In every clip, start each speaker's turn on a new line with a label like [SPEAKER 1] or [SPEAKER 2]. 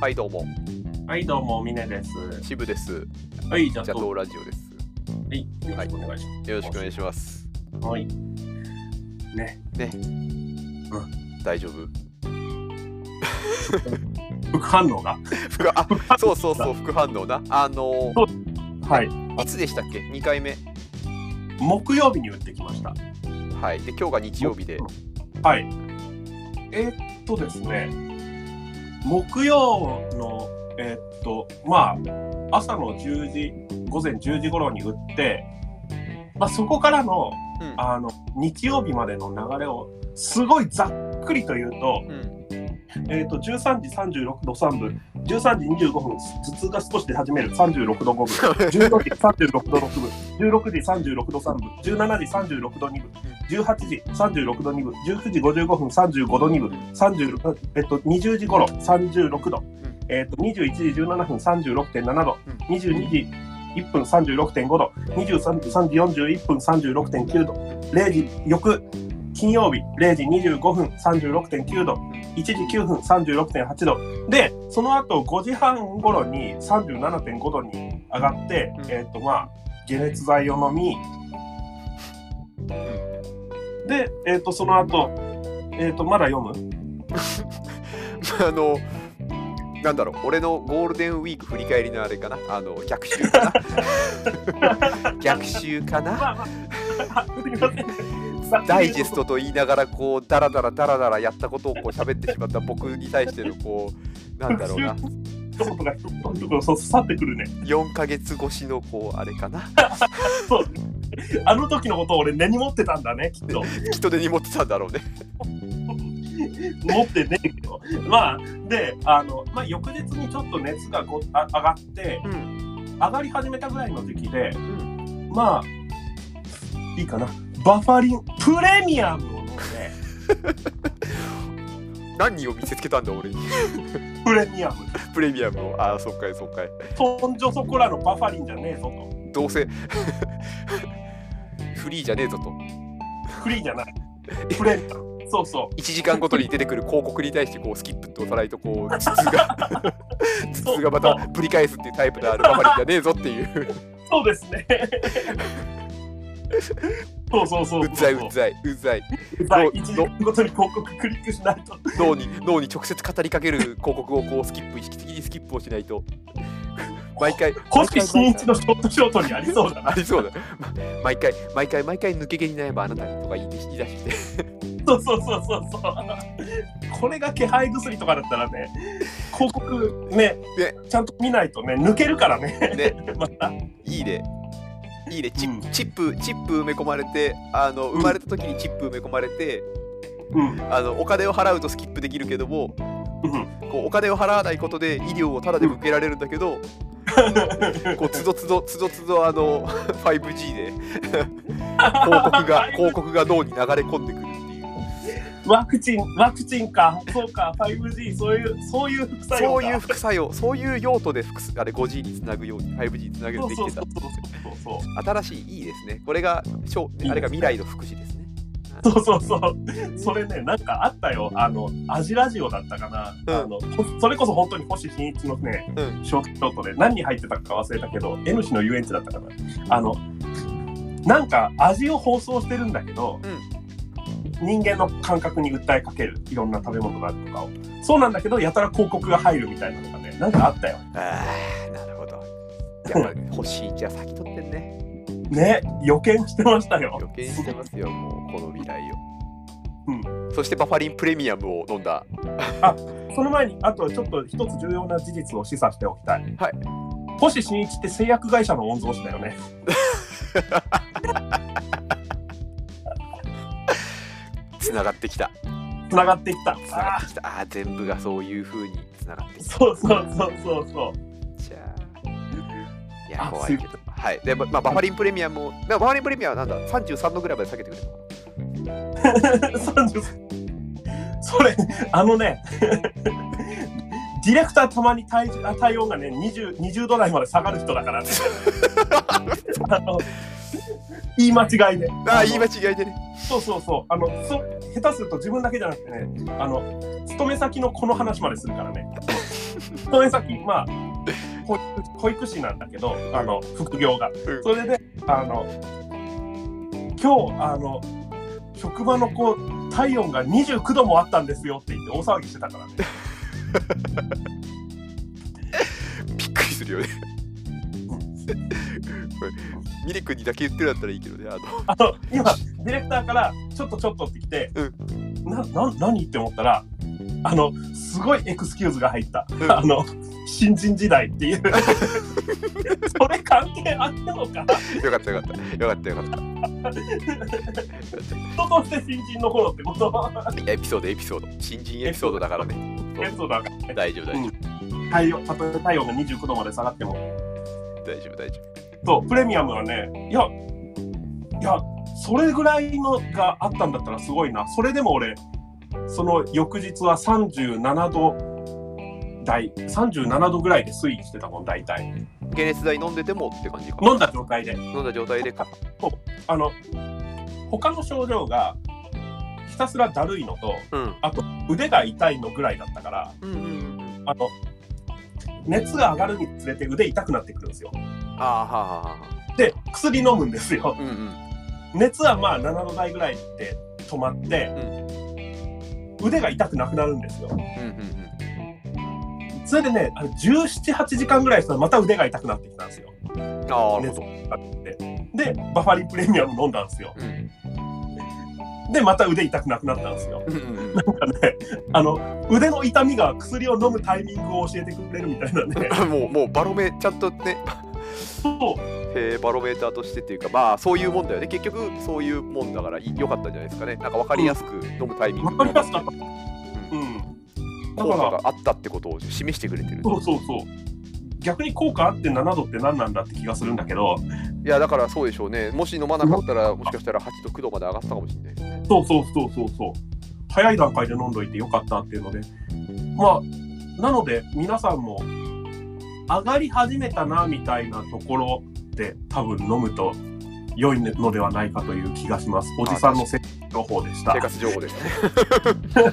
[SPEAKER 1] はいどうも
[SPEAKER 2] はい、どうも、みねです。
[SPEAKER 1] 渋です
[SPEAKER 2] はい、じゃあ、
[SPEAKER 1] じゃあど
[SPEAKER 2] ど
[SPEAKER 1] う
[SPEAKER 2] う
[SPEAKER 1] ラジオです
[SPEAKER 2] はい、よろしくお願いし
[SPEAKER 1] よろしくお願いします
[SPEAKER 2] ます。はい。ね、
[SPEAKER 1] 大丈夫
[SPEAKER 2] 副反応が。
[SPEAKER 1] 副あそうそうそう副反応なあの
[SPEAKER 2] はい。
[SPEAKER 1] いつでしたっけ2回目
[SPEAKER 2] 木曜日に打ってきました。
[SPEAKER 1] はいで今日が日曜日で
[SPEAKER 2] はい。えーっとですね、木曜の、えーっと、まあ、朝の10時、午前10時頃に打って、まあ、そこからの、
[SPEAKER 1] うん
[SPEAKER 2] あの、日曜日までの流れを、すごいざっくりと言うと、
[SPEAKER 1] うん
[SPEAKER 2] えー、と13時36度3分、13時25分、頭痛が少し出始める、36度5分、14時36度6分、16時36度3分、17時36度2分、18時36度2分、19時55分35度2分、30えっと、20時頃36度、
[SPEAKER 1] ん
[SPEAKER 2] えっと、21時17分36.7度、
[SPEAKER 1] うん
[SPEAKER 2] 22時1分36.5度、23時41分36.9度、0時翌金曜日0時25分36.9度、1時9分36.8度でその後5時半頃に37.5度に上がって、
[SPEAKER 1] うん
[SPEAKER 2] えっ、とまあ解熱剤を飲みでえっ、とその後えっ、とまだ読む
[SPEAKER 1] あのなんだろう俺のゴールデンウィーク振り返りのあれかなあの逆襲か な逆襲かな
[SPEAKER 2] まあまあすみません
[SPEAKER 1] ダイジェストと言いながらこうダラダラダラダラやったことをこう喋ってしまった僕に対してのこうなんだろうな
[SPEAKER 2] 一言が一言一言そう刺さってくるね
[SPEAKER 1] 4ヶ月越しのこうあれかな
[SPEAKER 2] あの時のことを俺根に持ってたんだねきっと
[SPEAKER 1] 人手に持ってたんだろうね。
[SPEAKER 2] 持ってねえけどまあであの、まあ、翌日にちょっと熱がこうあ上がって
[SPEAKER 1] うん
[SPEAKER 2] 上がり始めたぐらいの時期で
[SPEAKER 1] うん
[SPEAKER 2] まあいいかなバファリンプレミアムを飲んで
[SPEAKER 1] 何を見せつけたんだ俺に
[SPEAKER 2] プレミアム
[SPEAKER 1] プレミアムをああそっかいそっかい
[SPEAKER 2] そんじょそこらのバファリンじゃねえぞと
[SPEAKER 1] どうせ フリーじゃねえぞと
[SPEAKER 2] フリーじゃないプレミアムそうそ
[SPEAKER 1] 1時間ごとに出てくる広告に対してこうスキップっておさらいとこう頭痛が 頭痛がまたぶり返すっていうタイプのあるバファリンじゃねえぞっていう
[SPEAKER 2] うそうですねそうそうそう
[SPEAKER 1] う
[SPEAKER 2] そう
[SPEAKER 1] ざいうざいうざい
[SPEAKER 2] さあ
[SPEAKER 1] の
[SPEAKER 2] 一時間ごとに広告クリックしないと
[SPEAKER 1] 脳に脳に直接語りかける広告をこうスキップ意識的にスキップをしないと 毎 回
[SPEAKER 2] 星新一のショートショートにありそうだ
[SPEAKER 1] あ
[SPEAKER 2] な
[SPEAKER 1] りそうだ、 ま、毎回毎回毎回抜け毛になればあなたにとか言い出してきて
[SPEAKER 2] そうそうそうそうそうこれが気配薬とかだったらね広告ね
[SPEAKER 1] で
[SPEAKER 2] ちゃんと見ないとね抜けるからね
[SPEAKER 1] ね
[SPEAKER 2] また
[SPEAKER 1] いいね。いいね。チ
[SPEAKER 2] うん
[SPEAKER 1] ップ、チップ、チップ埋め込まれて、あの、
[SPEAKER 2] ん
[SPEAKER 1] 生まれた時にチップ埋め込まれて、
[SPEAKER 2] うん
[SPEAKER 1] あの、お金を払うとスキップできるけども、
[SPEAKER 2] うん
[SPEAKER 1] こう、お金を払わないことで医療をタダでも受けられるんだけ ど、こう、つどつど、つどつど、あの、5G で、広告 が、広告が脳に流れ込んでくるっていう。
[SPEAKER 2] ワクチン、ワクチンか、そうか、5G、そういう、そういう副作用
[SPEAKER 1] そ
[SPEAKER 2] か。
[SPEAKER 1] ういう副作用、そういう用途で副す、あれ、5G につなぐように、5G につなげてでき
[SPEAKER 2] そう
[SPEAKER 1] て
[SPEAKER 2] そ
[SPEAKER 1] た
[SPEAKER 2] う。そう
[SPEAKER 1] 新しい、いいですね。これが、しょうあれが未来の福祉ですね。
[SPEAKER 2] そうそうそうそうそうそれねなんかあったよあのアジラジオだったかな、
[SPEAKER 1] うん
[SPEAKER 2] あのほそれこそ本当に星新一のね、
[SPEAKER 1] うん
[SPEAKER 2] ショートショートで何に入ってたか忘れたけど N 氏の遊園地だったかなあのなんか味を放送してるんだけど、人間の感覚に訴えかけるいろんな食べ物があるとかをそうなんだけどやたら広告が入るみたいなのがねなんかあったよ
[SPEAKER 1] ああなるほど。やっぱ欲しいじゃ先取ってんね。
[SPEAKER 2] ね予見してましたよ
[SPEAKER 1] 予見してますよ、もうこの未来を。
[SPEAKER 2] う
[SPEAKER 1] そしてバファリンプレミアムを飲んだ。
[SPEAKER 2] その前にあとちょっと一つ重要な事実を示唆しておきたい。
[SPEAKER 1] はい。
[SPEAKER 2] 星新一って製薬会社の御曹司だよね。
[SPEAKER 1] つながってきた。
[SPEAKER 2] つながってきた。
[SPEAKER 1] つなが
[SPEAKER 2] あ
[SPEAKER 1] ってきた。ああー、全部がそういう風につながって
[SPEAKER 2] ー
[SPEAKER 1] きた。
[SPEAKER 2] そうそうそうそうそう。
[SPEAKER 1] じゃあ。いや、
[SPEAKER 2] あ
[SPEAKER 1] 怖いけど。はい。で、ままあ、バファリンプレミアムを、まあ、バファリンプレミアムはなんだ ?33 度ぐらいまで下げてくれたの。
[SPEAKER 2] 30それあのねディレクターたまに体重あ体温が ね 20, 20度台まで下がる人だからね。あの言い間違いで。
[SPEAKER 1] ああ言い間
[SPEAKER 2] 違い。
[SPEAKER 1] 違いでね
[SPEAKER 2] そうそうそう。あの、そ下手すると自分だけじゃなくてね、あの、勤め先のこの話までするから ね。勤め先、まあ、保育保育士なんだけど、あの、副業が。
[SPEAKER 1] うん
[SPEAKER 2] それで、あの、今日、あの、職場の子、体温が29度もあったんですよって言って大騒ぎしてたからね。
[SPEAKER 1] びっくりするよね これミリ君にだけ言ってるんだったらいいけどねあの
[SPEAKER 2] あの今ディレクターから「ちょっとちょっと」って来て「
[SPEAKER 1] うん
[SPEAKER 2] なな何?」って思ったらあのすごいエクスキューズが入った「
[SPEAKER 1] うん
[SPEAKER 2] あの新人時代」っていう それ関係あったのか
[SPEAKER 1] よかったよかったよかったよかった
[SPEAKER 2] 人として新人の頃っ てこと
[SPEAKER 1] エピソードエピソード新人エピソードだからね
[SPEAKER 2] えそうだ
[SPEAKER 1] 大丈夫大丈
[SPEAKER 2] 体温たとえ体温が29度まで下がっても
[SPEAKER 1] 夫大丈夫大丈
[SPEAKER 2] そうプレミアムはねいやいやそれぐらいのがあったんだったらすごいなそれでも俺その翌日は37度台37度ぐらいで推移してたもん大体
[SPEAKER 1] 夫解熱剤飲んでてもって感じか
[SPEAKER 2] 飲んだ状態で
[SPEAKER 1] 飲んだ状態でか
[SPEAKER 2] あの他の症状がひたすらだるいのと
[SPEAKER 1] うん
[SPEAKER 2] 腕が痛いのぐらいだったから
[SPEAKER 1] うんうんうん
[SPEAKER 2] あの熱が上がるにつれて腕痛くなってくるんですよ
[SPEAKER 1] ああはあはあは
[SPEAKER 2] で薬飲むんですよ
[SPEAKER 1] あうんうん
[SPEAKER 2] 熱はまあ7度台ぐらいで止まって、腕が痛くなくなるんですよ
[SPEAKER 1] うんうんうん
[SPEAKER 2] それでね1718時間ぐらいしたらまた腕が痛くなってきたんですよ
[SPEAKER 1] ああなるほど
[SPEAKER 2] でバファリンプレミアム飲んだんですよ
[SPEAKER 1] うん
[SPEAKER 2] でまた腕痛くなくなったんですよ
[SPEAKER 1] うんうんうん
[SPEAKER 2] なんかねあの腕の痛みが薬を飲むタイミングを教えてくれるみたいな ね
[SPEAKER 1] もうもうバロメちゃんとね、
[SPEAKER 2] そう
[SPEAKER 1] えーバロメーターとしてっていうかまあそういうもんだよね結局そういうもんだからい良かったんじゃないですかねなんか分かりやすく飲むタイミング
[SPEAKER 2] 分かりやすか
[SPEAKER 1] 効
[SPEAKER 2] ったうんだ
[SPEAKER 1] 果
[SPEAKER 2] から
[SPEAKER 1] があったってことを示してくれてる
[SPEAKER 2] そうそうそう逆に効果あって7度って何なんだって気がするんだけど
[SPEAKER 1] いやだからそうでしょうねもし飲まなかったらもしかしたら8度9度まで上がったかもしれないですね
[SPEAKER 2] そうそうそうそうそう。早い段階で飲んどいてよかったっていうので。まあ、なので皆さんも上がり始めたなみたいなところで多分飲むと良いのではないかという気がします。おじさんの生活情報でした
[SPEAKER 1] 生。活情報ですね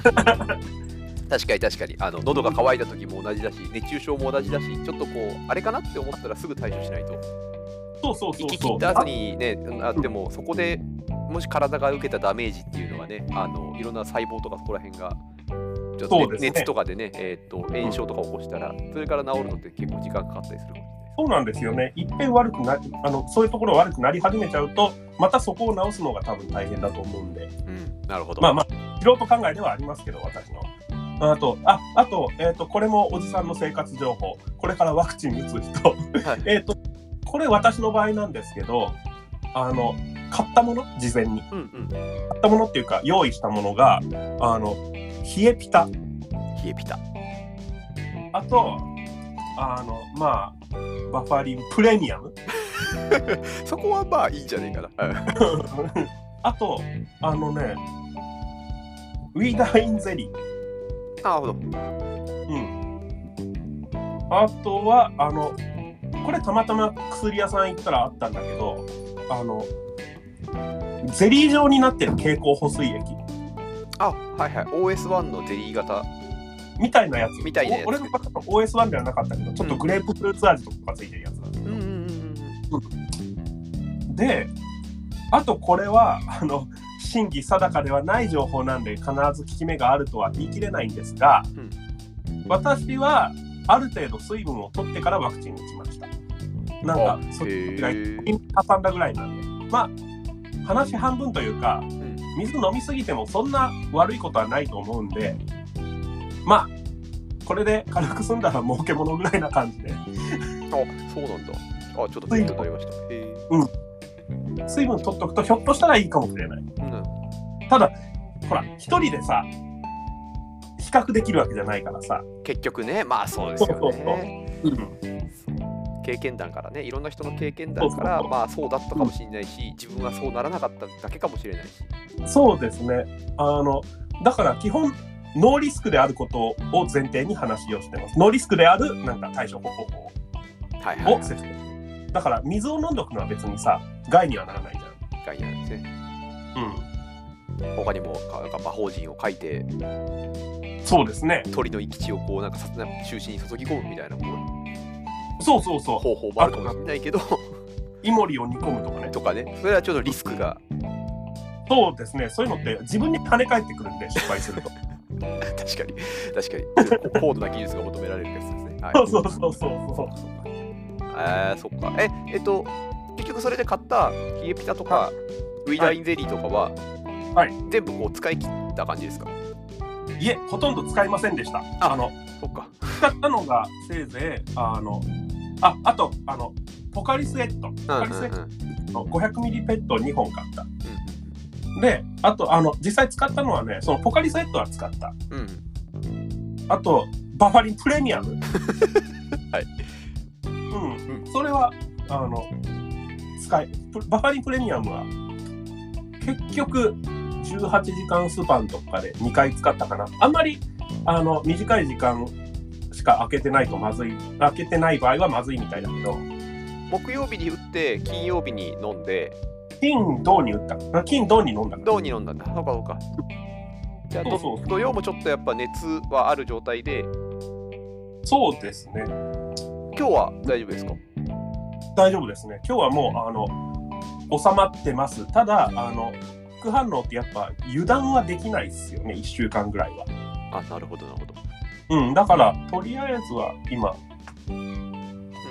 [SPEAKER 1] 確かに確かにあの喉が渇いた時も同じだし熱中症も同じだしちょっとこうあれかなって思ったらすぐ対処しないと
[SPEAKER 2] そうそうそ
[SPEAKER 1] 行
[SPEAKER 2] う
[SPEAKER 1] き切
[SPEAKER 2] そ
[SPEAKER 1] っ
[SPEAKER 2] う。
[SPEAKER 1] た後にねあでもそこでもし体が受けたダメージっていうのがねあのいろんな細胞とかそこら辺がちょっとね、
[SPEAKER 2] そうですね
[SPEAKER 1] 熱とかでね、えー、と炎症とか起こしたら、それから治るのって結構時間かかったりするもんね
[SPEAKER 2] そうなんですよね。一遍悪くなあのそういうところ悪くなり始めちゃうと、またそこを直すのが多分大変だと思うんで。
[SPEAKER 1] うんなるほど、
[SPEAKER 2] まあまあ、素人考えではありますけど、私の。あと、ああと,、えー、と、これもおじさんの生活情報、これからワクチン打つ人、
[SPEAKER 1] はい
[SPEAKER 2] えっと、これ私の場合なんですけど、あの、買ったもの、事前に。
[SPEAKER 1] うんうん冷
[SPEAKER 2] 買ったものっていうか、用意したものが、あの、冷えピタ、
[SPEAKER 1] えピタ
[SPEAKER 2] あと、あの、まあ、バファリンプレミアム、
[SPEAKER 1] そこはまあいいんじゃねえかなうん
[SPEAKER 2] あと、あのね、ウィーダーインゼリー。
[SPEAKER 1] なるほど
[SPEAKER 2] うん。あとは、あの、これたまたま薬屋さん行ったらあったんだけど、あの、ゼリー状になってる蛍光補水液
[SPEAKER 1] あはいはい OS1 のゼリー型
[SPEAKER 2] みたいなやつ。
[SPEAKER 1] みたいなやつ
[SPEAKER 2] お俺の買ったの OS1 ではなかったけど、ちょっとグレープフルーツ味とかついてるやつなんだけ
[SPEAKER 1] う
[SPEAKER 2] ど
[SPEAKER 1] んうんうん
[SPEAKER 2] で、あとこれは、あの、真偽定かではない情報なんで、必ず効き目があるとは言い切れないんですが、
[SPEAKER 1] うん
[SPEAKER 2] 私はある程度水分を取ってからワクチン打ちました。なん
[SPEAKER 1] あ
[SPEAKER 2] か、そっち
[SPEAKER 1] へ
[SPEAKER 2] ぐらい
[SPEAKER 1] え
[SPEAKER 2] 挟んだぐらいなんで、まあ、話半分というか、
[SPEAKER 1] ん
[SPEAKER 2] 水飲みすぎてもそんな悪いことはないと思うんで、まあ、これで軽く済んだら儲けものぐらいな感じで、
[SPEAKER 1] あそうなんだあちょっと勉強になりましたへえ
[SPEAKER 2] 水分取っとくと、ひょっとしたらいいかもしれない。
[SPEAKER 1] うん
[SPEAKER 2] ほら、一人でさ、比較できるわけじゃないからさ、
[SPEAKER 1] 結局ねまあそうですよね
[SPEAKER 2] そうそうそう
[SPEAKER 1] 経験談からねいろんな人の経験談から
[SPEAKER 2] そうそうそう
[SPEAKER 1] まあそうだったかもしれないし、自分はそうならなかっただけかもしれないし
[SPEAKER 2] そうですね。あの、だから基本、ノーリスクであることを前提に話をしてます。ノーリスクである、なんか対処方法
[SPEAKER 1] はいはい、
[SPEAKER 2] を説明。だから水を飲んどくのは別にさ、害にはならないじゃん。
[SPEAKER 1] 概念なんですね。
[SPEAKER 2] う
[SPEAKER 1] 他にもかなんか魔法陣を書いて
[SPEAKER 2] ん。そうですね。
[SPEAKER 1] 鳥の生き地をこうなんかさ中心に注ぎ込むみたいなこう
[SPEAKER 2] そうそうそう。
[SPEAKER 1] 方法もあるかもしれないけど
[SPEAKER 2] イモリを煮込むとかね。
[SPEAKER 1] とかねそれはちょっとリスクが
[SPEAKER 2] そうですね。そういうのって自分に跳ね返ってくるんで、失敗すると。
[SPEAKER 1] 確かに確かに高度な技術が求められるやつですね。はい、
[SPEAKER 2] そうそうそうそうそう。
[SPEAKER 1] えー、そっか。え、えっと、結局それで買ったヒゲピタとか、ウィダーインゼリーとかは、
[SPEAKER 2] はい
[SPEAKER 1] 全部こう使い切った感じですか
[SPEAKER 2] いえ、ほとんど使いませんでした。
[SPEAKER 1] あ
[SPEAKER 2] あの、
[SPEAKER 1] そっか。
[SPEAKER 2] 使ったのがせいぜい、あの、あ、あと、あの、ポカリスエット。ポ
[SPEAKER 1] うん
[SPEAKER 2] カリ
[SPEAKER 1] うん
[SPEAKER 2] ス
[SPEAKER 1] う
[SPEAKER 2] エ
[SPEAKER 1] ん
[SPEAKER 2] ットの500ミリペットを2本買った。で、あと、あの、実際使ったのはね、そのポカリスエットは使った。
[SPEAKER 1] うんうん
[SPEAKER 2] あと、バファリンプレミアム。
[SPEAKER 1] はい。
[SPEAKER 2] うん、
[SPEAKER 1] う
[SPEAKER 2] それは、あの、使い、プバファリンプレミアムは、結局、18時間スパンとかで2回使ったかな。あんまり、あの、短い時間しか開けてないとまずい、開けてない場合はまずいみたいだけど、
[SPEAKER 1] 木曜日に打って、金曜日に飲んで、
[SPEAKER 2] 金、銅に打ったあ金、銅に飲んだ
[SPEAKER 1] 土に飲んだんだ。そうかそうか。じゃあ、
[SPEAKER 2] そう
[SPEAKER 1] ど
[SPEAKER 2] そうそう
[SPEAKER 1] 土曜もちょっとやっぱ熱はある状態で、
[SPEAKER 2] そうですね。
[SPEAKER 1] 今日は大丈夫ですか
[SPEAKER 2] 大丈夫ですね。今日はもう、あの、収まってます。ただ、あの、副反応ってやっぱ油断はできないですよね、1週間ぐらいは。
[SPEAKER 1] あ、なるほど、なるほど。
[SPEAKER 2] うん、だから、とりあえずは今、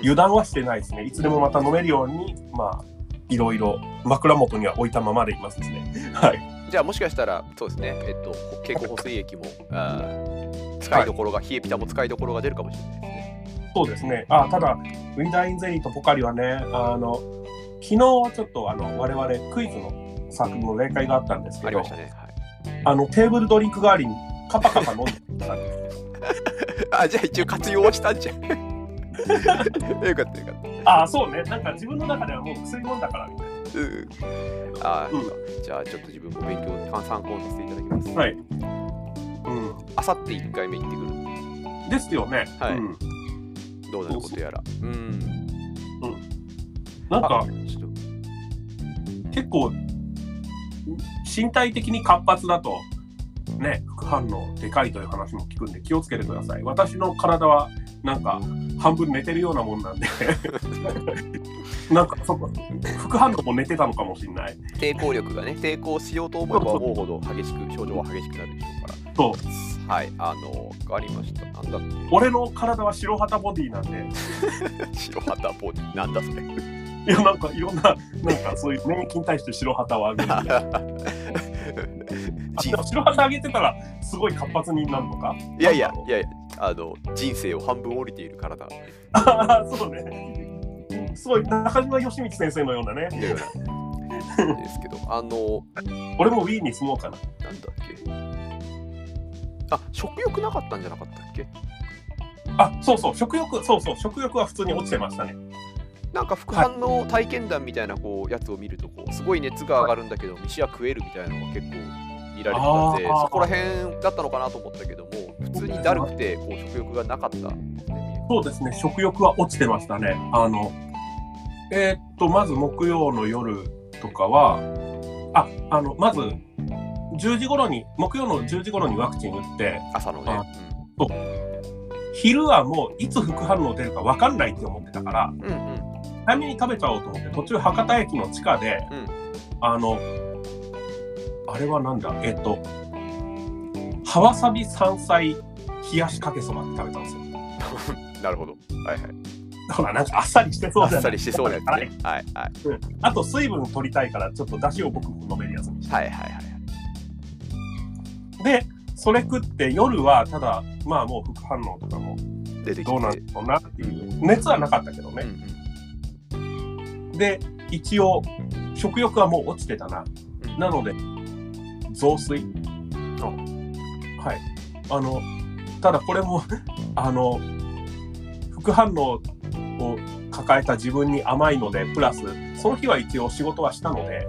[SPEAKER 2] 油断はしてないですね。いつでもまた飲めるように、まあ、いろいろ枕元には置いたままでいますですね。 はい。
[SPEAKER 1] じゃあ、もしかしたら、そうですね、えっと、経口補水液も、あー使いどころが、冷えピタも使いどころが出るかもしれないですね。
[SPEAKER 2] そうですね。あ、ただ、ウィダインゼリーとポカリはね、あの、昨日ちょっと、あの、我々クイズの作品の例会があったんです
[SPEAKER 1] あ
[SPEAKER 2] け
[SPEAKER 1] り
[SPEAKER 2] ど
[SPEAKER 1] まし、たね。はい
[SPEAKER 2] あの、テーブルドリンク代わりにカパカパ飲んでたんです
[SPEAKER 1] あじゃあ一応活用はしたんじゃん。よ かったよかっ
[SPEAKER 2] ああそうねなんか自分の中ではもう薬飲んだからみたいな
[SPEAKER 1] た。うん、あー、
[SPEAKER 2] う
[SPEAKER 1] じゃあちょっと自分も勉強か参考にさせていただきます。
[SPEAKER 2] はいう
[SPEAKER 1] あさって1回目行ってくる。
[SPEAKER 2] んですよね
[SPEAKER 1] はい
[SPEAKER 2] うん、
[SPEAKER 1] どうなることやら。うん。
[SPEAKER 2] なんか
[SPEAKER 1] ちょっ
[SPEAKER 2] 結構身体的に活発だとね副反応でかいという話も聞くんで気をつけてください私の体はなんか半分寝てるようなもんなん でなんかそこ副反応も寝てたのかもしれない
[SPEAKER 1] と抵抗力がね、抵抗しようと思えば思うほど激しく、症状は激しくなるでしょうから。
[SPEAKER 2] そう
[SPEAKER 1] はい、あの、わかりました。なんだっ
[SPEAKER 2] 俺の体は白旗ボディなんで
[SPEAKER 1] け白旗ポーチ、なんだそれ。
[SPEAKER 2] いやなんかいろんななんかそういう免疫に対して白旗をあげる あ
[SPEAKER 1] 人
[SPEAKER 2] でも白旗あげてたらすごい活発になるのか
[SPEAKER 1] いやいや、いやいや、あの、人生を半分降りている体。
[SPEAKER 2] ああ そうねすごい中島義道先生のようなね
[SPEAKER 1] というようなですけど、あの、
[SPEAKER 2] 俺も Wii に住もうかな
[SPEAKER 1] なんだっけあ食欲なかったんじゃなかったっけ
[SPEAKER 2] あそうそう食欲そうそう食欲は普通に落ちてましたね
[SPEAKER 1] なんか副反応体験談みたいなこうやつを見るとこうすごい熱が上がるんだけど飯は食えるみたいなのが結構見られてたんで
[SPEAKER 2] あー
[SPEAKER 1] そこら辺だったのかなと思ったけども普通にだるくてこう食欲がなかったんですね
[SPEAKER 2] そうですね食欲は落ちてましたねあのえーっとまず木曜の夜とかはああのまず10時頃に木曜の10時頃にワクチン打って
[SPEAKER 1] 朝のね、
[SPEAKER 2] 昼はもういつ副反応出るか分かんないって思ってたから
[SPEAKER 1] うん、うんうん
[SPEAKER 2] 早めに食べちゃおうと思って途中博多駅の地下で、
[SPEAKER 1] うん
[SPEAKER 2] あのあれはなんだえっ、と葉わさび山菜冷やしかけそばって食べたんですよ
[SPEAKER 1] なるほどはいはい
[SPEAKER 2] だからなんかあっさりしてそ
[SPEAKER 1] あ
[SPEAKER 2] うじゃ
[SPEAKER 1] っ
[SPEAKER 2] な
[SPEAKER 1] さ
[SPEAKER 2] い
[SPEAKER 1] りしてそうなやつねはいはいはい
[SPEAKER 2] うんあと水分取りたいからちょっとだしを僕も飲めるやつにして
[SPEAKER 1] はいはいはい
[SPEAKER 2] でそれ食って夜はただまあもう副反応とかも
[SPEAKER 1] 出てきて
[SPEAKER 2] どうなんだろうなっていう熱はなかったけど
[SPEAKER 1] うん
[SPEAKER 2] ねで一応食欲はもう落ちてたな
[SPEAKER 1] うん
[SPEAKER 2] なので、増水。
[SPEAKER 1] あ
[SPEAKER 2] はい。あの、ただこれも、 あの、副反応を抱えた自分に甘いので、プラス、その日は一応仕事はしたので、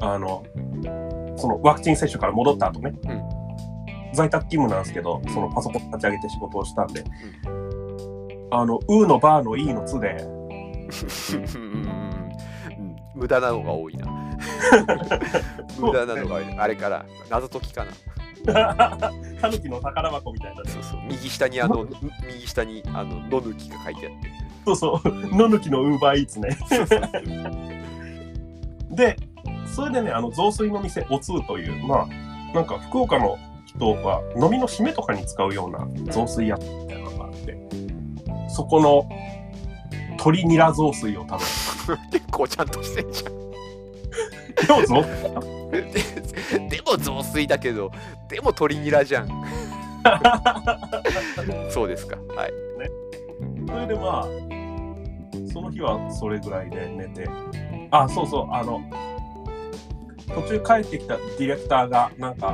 [SPEAKER 1] うん
[SPEAKER 2] あの、そのワクチン接種から戻った後ね、
[SPEAKER 1] うん
[SPEAKER 2] 在宅勤務なんですけど、そのパソコン立ち上げて仕事をしたんで、あの、うのバーの E のつで、
[SPEAKER 1] うんうん無駄なのが多いな無駄なのがあれから謎解きかな
[SPEAKER 2] タヌキの宝箱みたいなね。
[SPEAKER 1] そうそう右下にあの右下にあののぬきが書いてあって
[SPEAKER 2] そうそう。のぬきのウーバーイーツね。で、それでね、あの、雑炊の店、おつうという、まあ、なんか福岡の人は飲みの締めとかに使うような雑炊屋みたいなのがあって、そこの鶏ニラ雑炊を食
[SPEAKER 1] 結構ちゃんとして んじゃ ん
[SPEAKER 2] べる。でも
[SPEAKER 1] ででも
[SPEAKER 2] 雑炊
[SPEAKER 1] 雑炊だけどでも鶏ニラじ ゃんそうですかはい
[SPEAKER 2] それでまあ、その日はそれぐらいで寝て、あ、そうそう、あの、途中帰ってきたディレクターが、なんか、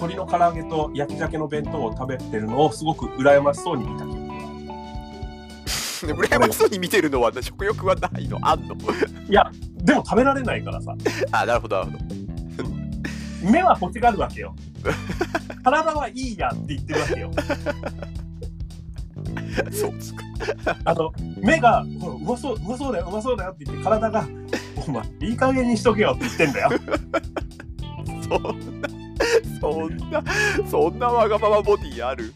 [SPEAKER 2] 鶏の唐揚げと焼き鮭の弁当を食べてるのをすごく羨ましそうに見た記憶がある
[SPEAKER 1] で羨ましそうに見てるのは食欲はないのあんの
[SPEAKER 2] いや、でも食べられないからさ、
[SPEAKER 1] あなるほどなるほど
[SPEAKER 2] 目は欲しがるわけよ。体はいいやって言ってるわけよ。
[SPEAKER 1] そうですか
[SPEAKER 2] あの、目が、ほらうまそう、うまそうだよ、うまそうだよって言って、体が、お前、いい加減にしとけよって言ってんだよ。
[SPEAKER 1] そんなそんなそんなわがままボディある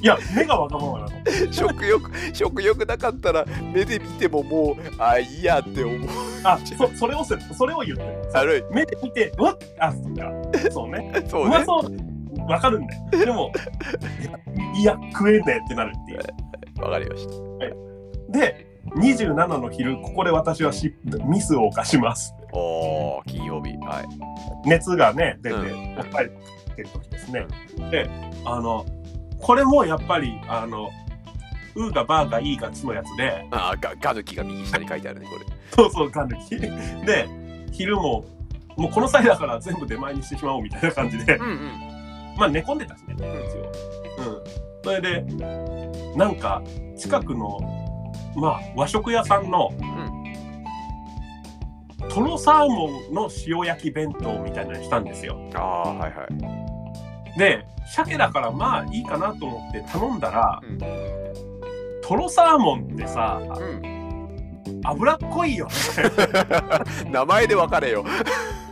[SPEAKER 2] いや、目がわがままなの。
[SPEAKER 1] 食欲食欲なかったら目で見てももうあいいやって思う
[SPEAKER 2] あ、そそれをせ、それを言ってる。
[SPEAKER 1] ある
[SPEAKER 2] 目で見て、うわっ、あ、そっか、そうね、
[SPEAKER 1] いそうう
[SPEAKER 2] ま
[SPEAKER 1] ね
[SPEAKER 2] そう、わかるんだよ。でも、いや、いや食えねえってなるっていう。
[SPEAKER 1] わかりました
[SPEAKER 2] で、27の昼、ここで私はしミスを犯します。
[SPEAKER 1] おー金曜日はい
[SPEAKER 2] 熱がね、出て、
[SPEAKER 1] う
[SPEAKER 2] やっぱり、ってる時ですね。で、あの、これもやっぱり、あの、ウーがバーがいいがつのやつで、
[SPEAKER 1] あーガガヌキが右下に書いてあるねこれ
[SPEAKER 2] そうそう、ガヌキ。で、昼も、もうこの際だから全部出前にしてしまおうみたいな感じで
[SPEAKER 1] う、んうん
[SPEAKER 2] まあ寝込んでたしね、一応。うん。それで、なんか、近くの、まあ、和食屋さんの、トロサーモンの塩焼き弁当みたいなのにしたんですよ。
[SPEAKER 1] ああはいはい
[SPEAKER 2] で、鮭だからまあいいかなと思って頼んだら、
[SPEAKER 1] うん
[SPEAKER 2] トロサーモンってさ、
[SPEAKER 1] うん
[SPEAKER 2] 脂っこいよね。
[SPEAKER 1] 名前で分かれよ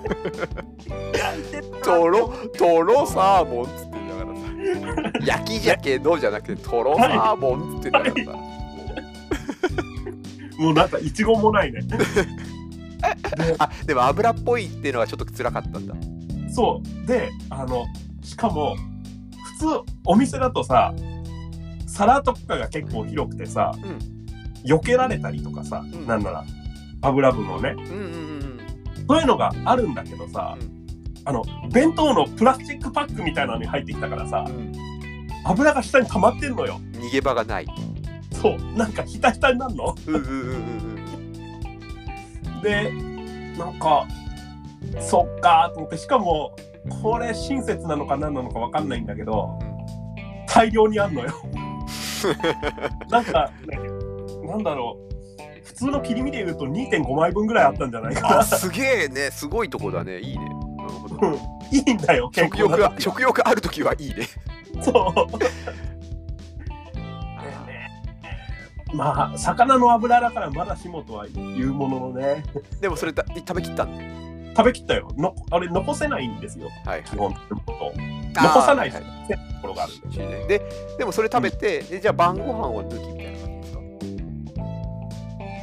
[SPEAKER 2] 焼いてるな
[SPEAKER 1] とろとろサーモンっつってんだからさ焼き鮭のじゃなくてとろサーモンっつってんだからさ、
[SPEAKER 2] もうなんかイチゴもないね。
[SPEAKER 1] あでも油っぽいっていうのがちょっと辛かったんだ
[SPEAKER 2] そう。で、あの、しかも、普通、お店だとさ、皿とかが結構広くてさ、
[SPEAKER 1] うん
[SPEAKER 2] 避けられたりとかさ、
[SPEAKER 1] ん
[SPEAKER 2] なんなら、油分をね、
[SPEAKER 1] うんうんうん
[SPEAKER 2] そういうのがあるんだけどさ、
[SPEAKER 1] う
[SPEAKER 2] あの、弁当のプラスチックパックみたいなのに入ってきたからさ
[SPEAKER 1] う、ん
[SPEAKER 2] 油が下に溜まってんのよ。
[SPEAKER 1] 逃げ場がない
[SPEAKER 2] そう、なんかひたひたになるの。
[SPEAKER 1] うんうんうんうん
[SPEAKER 2] で、なんか、そっかーと思って、しかも、これ親切なのか何なのかわかんないんだけど、大量にあんのよ。なんか、ね、なんだろう、普通の切り身で言うと2.5枚分ぐらいあったんじゃない か
[SPEAKER 1] あ
[SPEAKER 2] な。
[SPEAKER 1] すげえねすごいとこだねいいねなるほど
[SPEAKER 2] うんいいんだよ、結
[SPEAKER 1] 食
[SPEAKER 2] 構
[SPEAKER 1] 欲が食欲ある時はいいね
[SPEAKER 2] そう。まあ、魚の油だからまだしもとは言うもののね、
[SPEAKER 1] でもそれた食べきったんだ
[SPEAKER 2] 食べきったよ。のあれ、残せないんですよ、
[SPEAKER 1] はい
[SPEAKER 2] 基本的に
[SPEAKER 1] あー
[SPEAKER 2] 残さない
[SPEAKER 1] はい
[SPEAKER 2] ところがある。
[SPEAKER 1] はいででもそれ食べて、えじゃあ晩ご飯は抜きみたいな感じですか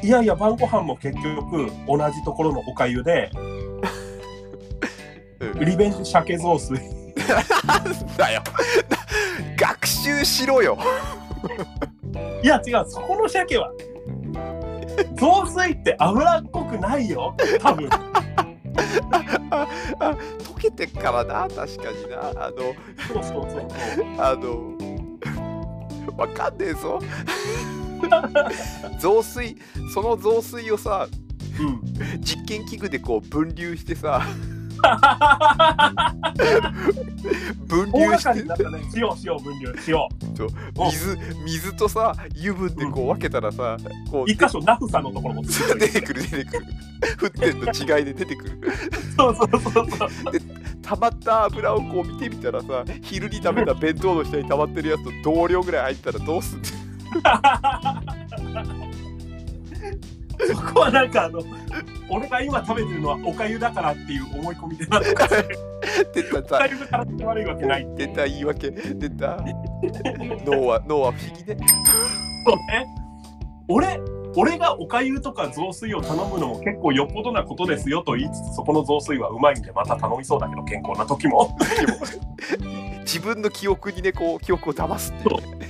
[SPEAKER 2] いやいや、晩ご飯も結局、同じところのおかゆで、
[SPEAKER 1] うん
[SPEAKER 2] リベンジ鮭雑炊。
[SPEAKER 1] なんだよ学習しろよ
[SPEAKER 2] いや違う、そこの鮭は。雑炊って脂っこくないよ、多分。
[SPEAKER 1] 溶けてっからな確かになあの
[SPEAKER 2] そうそうそう。
[SPEAKER 1] あのわかんねえ ぞ雑炊その雑炊をさ
[SPEAKER 2] うん。
[SPEAKER 1] 実験器具でこう分流して さ分
[SPEAKER 2] 大
[SPEAKER 1] 流
[SPEAKER 2] 掛か
[SPEAKER 1] して
[SPEAKER 2] りだったね。塩、塩、分量、塩。
[SPEAKER 1] 水水とさ油分でこう分けたらさ、こう
[SPEAKER 2] 一箇所、ナフさのところもついて
[SPEAKER 1] 出て
[SPEAKER 2] る
[SPEAKER 1] くる出てくる沸点の違いで出てくる
[SPEAKER 2] そうそうそうそう。
[SPEAKER 1] 溜まった油をこう見てみたらさ昼に食べた弁当の下に溜まってるやつと同量ぐらい入ったらどうすんの
[SPEAKER 2] そこはなんかあの俺が今食べてるのはおかゆだからっていう思い込みでなってます
[SPEAKER 1] てった
[SPEAKER 2] おか
[SPEAKER 1] さ
[SPEAKER 2] ゆが体に悪いわけない
[SPEAKER 1] 出た言い訳出た脳は脳は不思議ね
[SPEAKER 2] そうね俺俺がおかゆとか雑炊を頼むのも結構よっぽどなことですよと言いつつそこの雑炊はうまいんでまた頼みそうだけど健康な時も
[SPEAKER 1] 自分の記憶にねこう記憶を騙すっていうね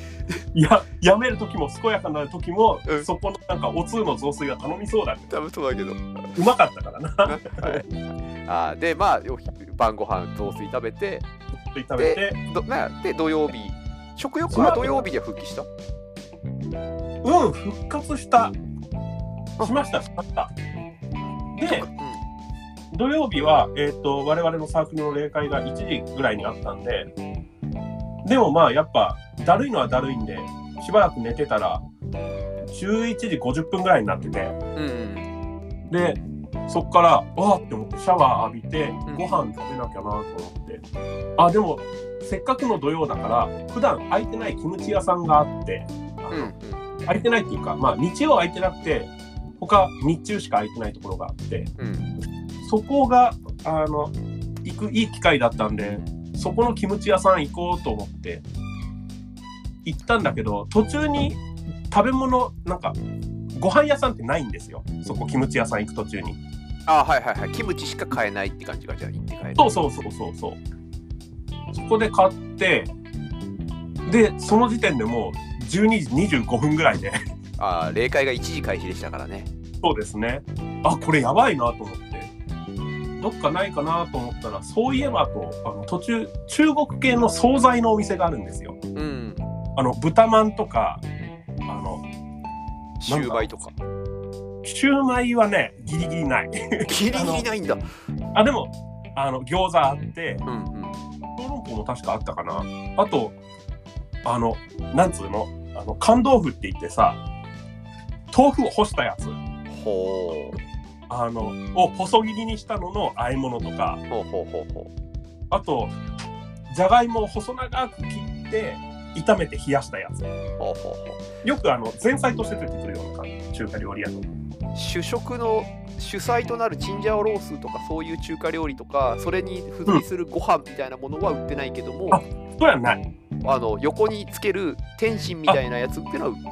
[SPEAKER 2] いややめる時も健やかな時も、
[SPEAKER 1] うん
[SPEAKER 2] そこのなんかお通の雑炊が頼みそうだけ
[SPEAKER 1] 多分そうだけど
[SPEAKER 2] どうまかったからな
[SPEAKER 1] はい、あーでまあお昼晩ご飯雑炊食べて
[SPEAKER 2] って食べて
[SPEAKER 1] どなで土曜日食欲
[SPEAKER 2] その
[SPEAKER 1] は
[SPEAKER 2] 後
[SPEAKER 1] 土曜日には復帰した
[SPEAKER 2] うん復活したしましたしましたで
[SPEAKER 1] う
[SPEAKER 2] 土曜日は、えー、と我々のサークルの例会が1時ぐらいにあったんででもまあやっぱだるいのはだるいんでしばらく寝てたら11時50分ぐらいになってて
[SPEAKER 1] んうん
[SPEAKER 2] でそっからわーって思ってシャワー浴びて
[SPEAKER 1] ん
[SPEAKER 2] ご飯食べなきゃなと思って、あでもせっかくの土曜だから普段空いてないキムチ屋さんがあって、あの
[SPEAKER 1] うん
[SPEAKER 2] 空いてないっていうかまあ日曜は空いてなくて他日中しか空いてないところがあって。
[SPEAKER 1] うん
[SPEAKER 2] そこがあの行くいい機会だったんでそこのキムチ屋さん行こうと思って行ったんだけど途中に食べ物なんかご飯屋さんってないんですよそこキムチ屋さん行く途中に
[SPEAKER 1] あーはいはいはいキムチしか買えないって感じがじゃあ行って帰る
[SPEAKER 2] そうそうそうそうそうそこで買ってでその時点でもう12時25分ぐらいで
[SPEAKER 1] ああ例会が1時開始でしたからね
[SPEAKER 2] そうですねあこれやばいなと思ってどっかないかなと思ったらそういえばとあの途中中国系の惣菜のお店があるんですよ
[SPEAKER 1] うん
[SPEAKER 2] あの豚まんとかあの
[SPEAKER 1] シューマイとか
[SPEAKER 2] シューマイはねギリギリない
[SPEAKER 1] ギリギリないんだ
[SPEAKER 2] あでもあの餃子あって
[SPEAKER 1] うんうん
[SPEAKER 2] 小籠包も確かあったかなあとあのなんつうのあの乾豆腐って言ってさ豆腐を干したやつ
[SPEAKER 1] ほう
[SPEAKER 2] あのを細切りにしたのの和え物とか
[SPEAKER 1] ほうほうほうほ
[SPEAKER 2] あとじゃがいもを細長く切って炒めて冷やしたやつ
[SPEAKER 1] うほうほうほ
[SPEAKER 2] よくあの前菜として出てくるような感じ中華料理屋の
[SPEAKER 1] う主食の主菜となるチンジャオロースとかそういう中華料理とかそれに付随するご飯みたいなものは売ってないけども、
[SPEAKER 2] あそれはない
[SPEAKER 1] あの横につける天津みたいなやつっていうのは売ってる。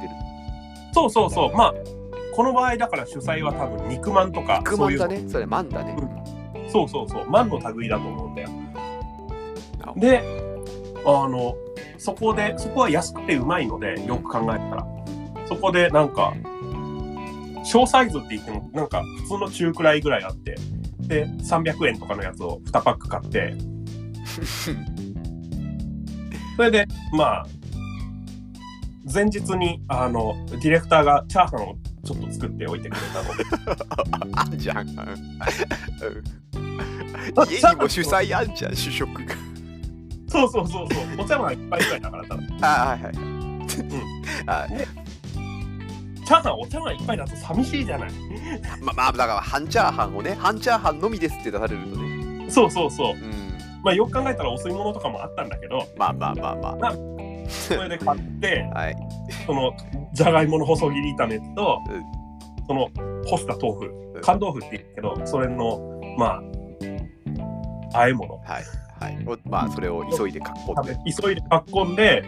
[SPEAKER 2] そうそうそう。まあ、この場合だから主催は多分肉まんとか、
[SPEAKER 1] 肉まんだね。それまんだね。
[SPEAKER 2] そういう。そうそうそう。まんの類だと思うんだよ
[SPEAKER 1] あ。
[SPEAKER 2] で、あの、そこで、そこは安くてうまいので、よく考えたら。そこでなんか、小サイズって言っても、なんか普通の中くらいぐらいあって、で、300円とかのやつを2パック買って、それで、まあ、前日に、あの、ディレクターがチャーハンをちょっと作っておいてくれたの で、
[SPEAKER 1] あんじゃん。 うん家にも主菜あんじゃん、主食が。
[SPEAKER 2] そうそうそうそう。お茶碗いっぱいぐらいだから多分。
[SPEAKER 1] あはいはい。 あ
[SPEAKER 2] チャーハンお茶碗いっぱいだと寂しいじゃない。
[SPEAKER 1] ままあだから半チャーハンをね半チャーハンのみですって出されるとね、
[SPEAKER 2] そうそうそう
[SPEAKER 1] う。ん、
[SPEAKER 2] まあよく考えたらお吸い物とかもあったんだけど、
[SPEAKER 1] まあまあまあま
[SPEAKER 2] それで買って
[SPEAKER 1] あはい
[SPEAKER 2] そのじゃがいもの細切り炒めと
[SPEAKER 1] うん、
[SPEAKER 2] その干した豆
[SPEAKER 1] うん
[SPEAKER 2] 腐、乾豆腐って言うけど、それのまあ和え物
[SPEAKER 1] はいはいおまあそれを急いで囲ん
[SPEAKER 2] 食
[SPEAKER 1] で
[SPEAKER 2] べ
[SPEAKER 1] って
[SPEAKER 2] 急いでかっこんで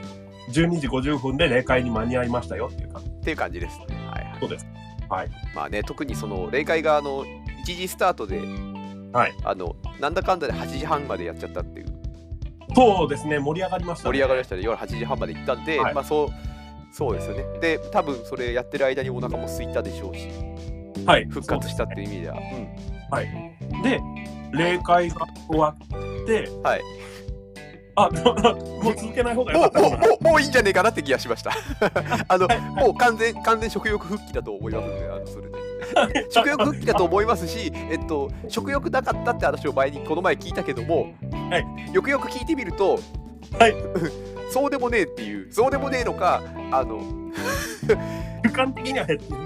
[SPEAKER 2] 12時50分で霊界に間に合いましたよっていう感じ。
[SPEAKER 1] いう感じですねはいはい
[SPEAKER 2] そうです。はい。
[SPEAKER 1] まあね特にその霊界があの1時スタートで、
[SPEAKER 2] はい、
[SPEAKER 1] あのなんだかんだで8時半までやっちゃったっていう
[SPEAKER 2] そうですね。盛り上がりました、ね。
[SPEAKER 1] 盛り上がりましたね夜8時半まで行ったんで、
[SPEAKER 2] はい
[SPEAKER 1] まあそうそうですよねで多分それやってる間にお腹も空いたでしょうし
[SPEAKER 2] はい。
[SPEAKER 1] 復活したっていう意味ではう
[SPEAKER 2] で、霊界が終わって、
[SPEAKER 1] はい。
[SPEAKER 2] あ、 どもう続けない方が
[SPEAKER 1] ん
[SPEAKER 2] よ
[SPEAKER 1] も
[SPEAKER 2] か
[SPEAKER 1] う
[SPEAKER 2] っ
[SPEAKER 1] も
[SPEAKER 2] た
[SPEAKER 1] う
[SPEAKER 2] かな。
[SPEAKER 1] もうもういいんじゃねえかなって気がしま したあの、
[SPEAKER 2] はい
[SPEAKER 1] もう完全完全食欲復帰だと思いますんであのそれで 食欲復帰だと思いますし、えっと、食欲なかったって話を前にこの前聞いたけども、
[SPEAKER 2] は
[SPEAKER 1] よくよく聞いてみると、
[SPEAKER 2] はい
[SPEAKER 1] そうでもねえっていうそうでもねえのかあの
[SPEAKER 2] 時間的には減ってる。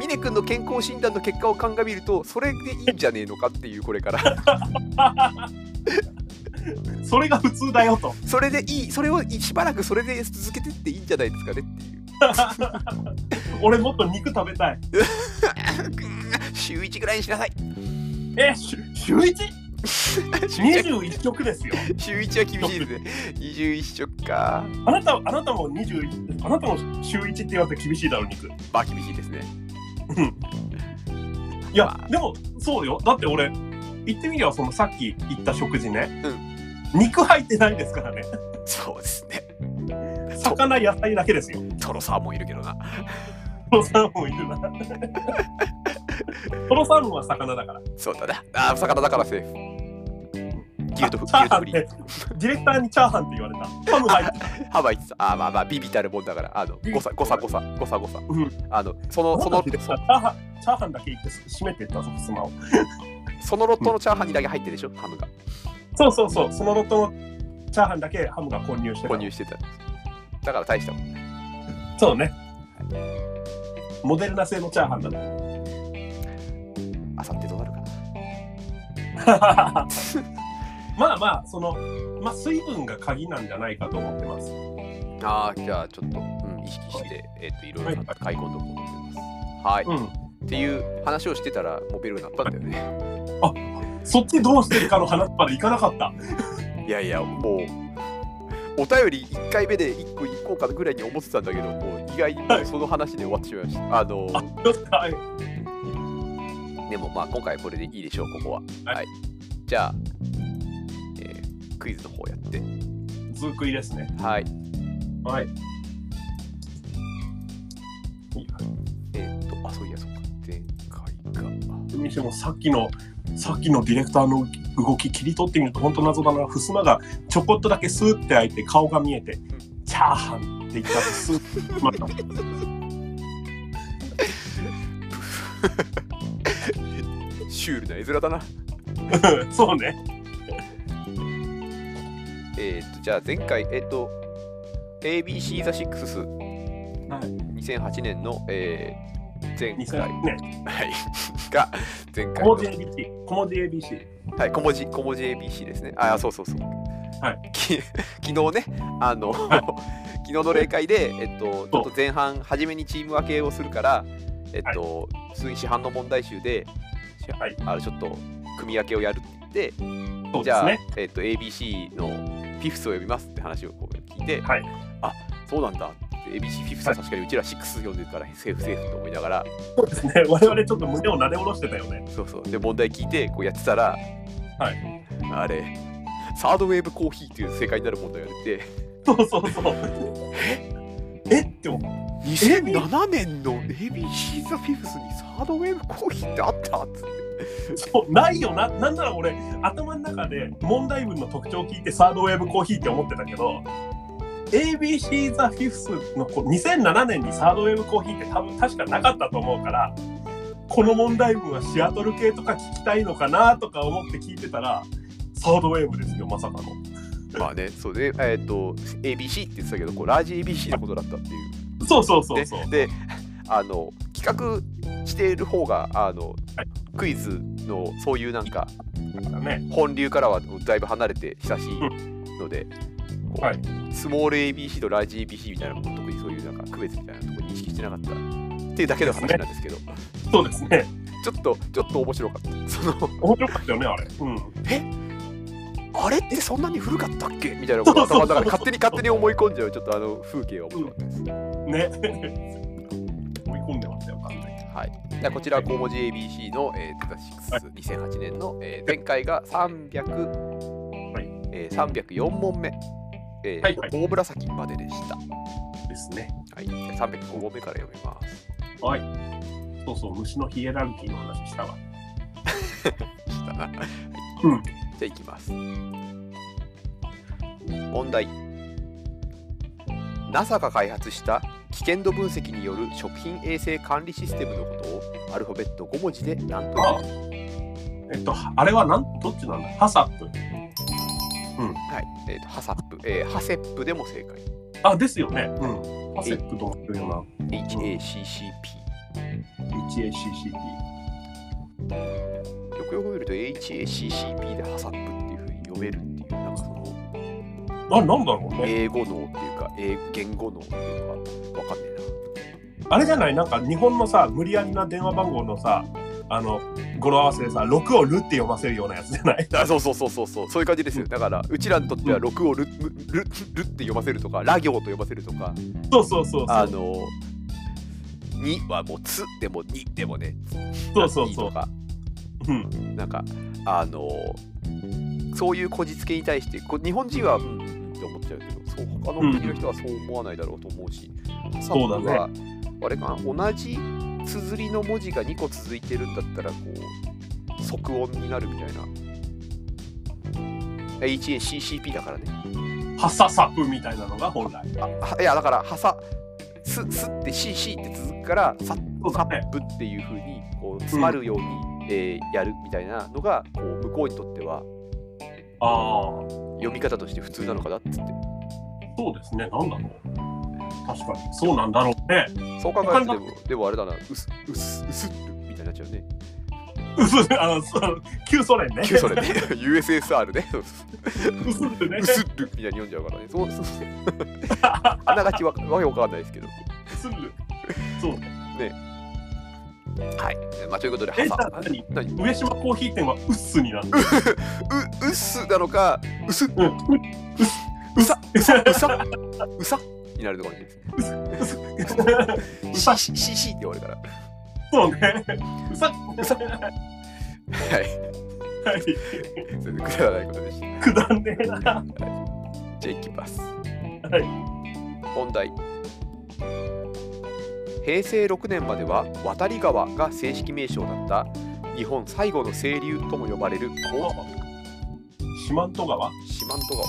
[SPEAKER 1] 峰君の健康診断の結果を鑑みるとそれでいいんじゃねえのかっていうこれから
[SPEAKER 2] それが普通だよと。
[SPEAKER 1] それでいいそれをしばらくそれで続けてっていいんじゃないですかねっていう
[SPEAKER 2] 俺もっと肉食べたい。
[SPEAKER 1] 週1ぐらいにしなさい
[SPEAKER 2] え、しゅ週 1?21
[SPEAKER 1] 週 1,
[SPEAKER 2] 食で すよ。
[SPEAKER 1] 週1は厳しいですね21食か
[SPEAKER 2] あなた、あなたも21、あなたも週1って言われて厳しいだろ、肉。
[SPEAKER 1] まあ厳しいですね
[SPEAKER 2] いや、でも、そうよ。だって俺、言ってみれば、そのさっき言った食事ね。肉入ってないですからね。
[SPEAKER 1] そうですねそう
[SPEAKER 2] 魚、野菜だけですよ。
[SPEAKER 1] トロサーモンいるけどな
[SPEAKER 2] トロサーモンいるな。 トロサーモンは魚だから。
[SPEAKER 1] そうだなあー魚だからセーフ牛とフ
[SPEAKER 2] チャ
[SPEAKER 1] 牛と
[SPEAKER 2] ーハ
[SPEAKER 1] フ
[SPEAKER 2] ンっ
[SPEAKER 1] リ
[SPEAKER 2] て、ディレクターにチャーハンって言われた。ハム入ってた。
[SPEAKER 1] ハワイってさあーまあまあビビたるもんだからあの誤差誤差誤差誤差誤差
[SPEAKER 2] うん
[SPEAKER 1] あのそのその
[SPEAKER 2] チャー
[SPEAKER 1] そ
[SPEAKER 2] ハン、チャーハンだけ言って閉めてったぞ、ふすまを。
[SPEAKER 1] そのロットのチャーハンにだけ入ってるでしょハムが
[SPEAKER 2] そうそうそう、そのロットのチャーハンだけハムが購入してた
[SPEAKER 1] 購入してただから大したもん
[SPEAKER 2] そうね。モデルナ製のチャーハンだね。
[SPEAKER 1] あさってどうなるかな
[SPEAKER 2] まあまあ、その、まあ、水分が鍵なんじゃないかと思ってます。
[SPEAKER 1] あーじゃあちょっと、うん、意識して、えっといろいろな買い込んでおこうと思いますはい、
[SPEAKER 2] うん。
[SPEAKER 1] っていう話をしてたらモベルになったんだよね
[SPEAKER 2] そっちどうしてるかの話までいかなかった。
[SPEAKER 1] いやいやもうお便り1回目で1個いこうかぐらいに思ってたんだけどもう意外にもうその話で終わってしまいましたあの
[SPEAKER 2] あ、よっはい。
[SPEAKER 1] でもまあ今回はこれでいいでしょうここは
[SPEAKER 2] はい
[SPEAKER 1] はいじゃあ、えークイズの方やって
[SPEAKER 2] ズークイですね。
[SPEAKER 1] はい
[SPEAKER 2] はい。
[SPEAKER 1] えーっ、とあそういやそうか前回が
[SPEAKER 2] にしてもさっきのさっきのディレクターの動き切り取ってみると本当謎だな襖がちょこっとだけスーって開いて顔が見えて「チャーハン」って言ったらスーッてまた
[SPEAKER 1] シュールな絵面だな
[SPEAKER 2] そうね
[SPEAKER 1] えーっ、とじゃあ前回えーっ、と ABC ザシックスス2008年の、えー前
[SPEAKER 2] 2
[SPEAKER 1] 回
[SPEAKER 2] 0ね
[SPEAKER 1] はい、 が前回の
[SPEAKER 2] 小文字 ABC 小文字 ABC
[SPEAKER 1] はい、小文字小文字 ABC ですね。あ、そうそうそう。はい、き 昨日ね、あの、 昨日の例会で、えっと、ちょっと前半、初めにチーム分けをするから、えっと、普通に市販の問題集で、
[SPEAKER 2] はい
[SPEAKER 1] あれちょっと組み分けをやるって言って、
[SPEAKER 2] そう
[SPEAKER 1] じ
[SPEAKER 2] です
[SPEAKER 1] ゃあ、
[SPEAKER 2] ね
[SPEAKER 1] えっと、ABC のフィフスを呼びますって話をこう聞いて、
[SPEAKER 2] はい
[SPEAKER 1] あそうなんだって ABC フィフスは確かにうちら6呼んでるから、セーフセーフと思いながら、
[SPEAKER 2] そうですね我々ちょっと胸をなで下ろしてたよね
[SPEAKER 1] そうそうで問題聞いてこうやってたら、
[SPEAKER 2] は
[SPEAKER 1] あれサードウェーブコーヒーっていう正解になる問題が出て
[SPEAKER 2] そうそうそうえっって思
[SPEAKER 1] 2007年の ABC ザフィフスにサードウェーブコーヒーってあったっつって
[SPEAKER 2] うそうないよななんなら俺頭の中で問題文の特徴を聞いてサードウェーブコーヒーって思ってたけど ABC ザ・フィフスのこう2007年にサードウェーブコーヒーって多分確かなかったと思うからこの問題文はシアトル系とか聞きたいのかなとか思って聞いてたらサードウェーブですよまさかの
[SPEAKER 1] まあねそうでえっ、と ABC って言ってたけどこうラージ ABC のことだったっていう
[SPEAKER 2] そうそうそ
[SPEAKER 1] で
[SPEAKER 2] うそう
[SPEAKER 1] であの企画している方があの、
[SPEAKER 2] はい
[SPEAKER 1] クイズのそういうなんか
[SPEAKER 2] だからね
[SPEAKER 1] 本流からはだいぶ離れて久しいので、こう
[SPEAKER 2] はい
[SPEAKER 1] スモール ABC とラージ ABC みたいなもの特にそういうなんか区別みたいなところに意識してなかったっていうだけの話なんですけど、
[SPEAKER 2] そうですね
[SPEAKER 1] ちょっとちょっと面白か ったその
[SPEAKER 2] 面白かったよねあれうん
[SPEAKER 1] あれってそんなに古かったっけみたいなことを頭の中で
[SPEAKER 2] そうそうそう
[SPEAKER 1] 勝手に勝手に思い込んじゃうちょっとあの風景は面白かったです、
[SPEAKER 2] ね 追い込んでましたよ完全に
[SPEAKER 1] はいじゃあこちら小文字 ABC の、えー、ザ・シックス
[SPEAKER 2] は
[SPEAKER 1] 2008年の、えー前回が300、
[SPEAKER 2] い
[SPEAKER 1] えー304問目、えー
[SPEAKER 2] はいはい
[SPEAKER 1] 大紫まででした
[SPEAKER 2] ですね
[SPEAKER 1] はい、じゃあ305問目から読みます。
[SPEAKER 2] はい。そうそう、虫のヒエラルキーの話したわ。
[SPEAKER 1] したな。はい
[SPEAKER 2] うん
[SPEAKER 1] じゃあいきます。問題。NASA が開発した危険度分析による食品衛生管理システムのことをアルファベット5文字で何と
[SPEAKER 2] あ
[SPEAKER 1] いう
[SPEAKER 2] えっと、あれはなんどっちなんだハサップ。
[SPEAKER 1] はい、えーとハサップ、えーハセップでも正解。
[SPEAKER 2] あ、ですよね。うん。ハセップというよ
[SPEAKER 1] HACCP。
[SPEAKER 2] うな HACCP。
[SPEAKER 1] よくよく見ると HACCP でハサップっていうふうに読めるっていう、なんかその
[SPEAKER 2] あ、なんだろうね。
[SPEAKER 1] 英語脳っていうか、英言語脳っていうのが分かんねえな。
[SPEAKER 2] あれじゃないなんか日本のさ無理やりな電話番号のさあの語呂合わせでさ6を「る」って読ませるようなやつじゃない
[SPEAKER 1] あそうそうそうそうそうそういう感じですよだからうちらにとっては
[SPEAKER 2] うん
[SPEAKER 1] 6をルルルルって読ませるとかラ行と呼ばせるとか
[SPEAKER 2] そうそうそうそ
[SPEAKER 1] あ
[SPEAKER 2] う
[SPEAKER 1] の2はもう「つ」でも「に」でもね
[SPEAKER 2] そうそう
[SPEAKER 1] い
[SPEAKER 2] そ
[SPEAKER 1] と
[SPEAKER 2] う
[SPEAKER 1] か
[SPEAKER 2] うん
[SPEAKER 1] なんかあのそういうこじつけに対してこ日本人はうんうんって思っちゃうけどそう他の国の人はそう思わないだろうと思うし、
[SPEAKER 2] そうだね
[SPEAKER 1] 韓国はあれかな同じ綴りの文字が2個続いてるんだったらこう即音になるみたいな HACCP だからね
[SPEAKER 2] ハササプみたいなのが本来
[SPEAKER 1] あはいやだからはさすすって CC って続くからさ
[SPEAKER 2] そう
[SPEAKER 1] サ
[SPEAKER 2] だね
[SPEAKER 1] ップっていう風にこう詰まるように、えーやるみたいなのがこう向こうにとっては
[SPEAKER 2] ああ
[SPEAKER 1] 読み方として普通なのかなっつって
[SPEAKER 2] そうですねなんだろう確かにそうなんだろうね
[SPEAKER 1] そう考えるとでもでもあれだなうすうすうすっるみたいになっちゃうね
[SPEAKER 2] うすあのそう旧ソ連ね
[SPEAKER 1] 旧ソ連ね USSR ね
[SPEAKER 2] うすってね
[SPEAKER 1] うすっるみたいに読んじゃうからねそうそう そうあながちわわけわかんないですけど
[SPEAKER 2] するそうね
[SPEAKER 1] はいまあということでは
[SPEAKER 2] えじゃ
[SPEAKER 1] さ
[SPEAKER 2] あ何
[SPEAKER 1] 何
[SPEAKER 2] 上島コーヒー店はうっすになるう
[SPEAKER 1] ううっすなのかうす
[SPEAKER 2] ん
[SPEAKER 1] うさうさうさうさになるのかもしれないで
[SPEAKER 2] う
[SPEAKER 1] す
[SPEAKER 2] さ
[SPEAKER 1] しししって言われるから
[SPEAKER 2] そうねうさ
[SPEAKER 1] うさはい
[SPEAKER 2] はい
[SPEAKER 1] それでくだらないことでした
[SPEAKER 2] くだんねえな
[SPEAKER 1] じゃあ行きます。
[SPEAKER 2] はい
[SPEAKER 1] 本題。平成6年までは渡り川が正式名称だった日本最後の清流とも呼ばれる高
[SPEAKER 2] 四万十川あ
[SPEAKER 1] 四万十川。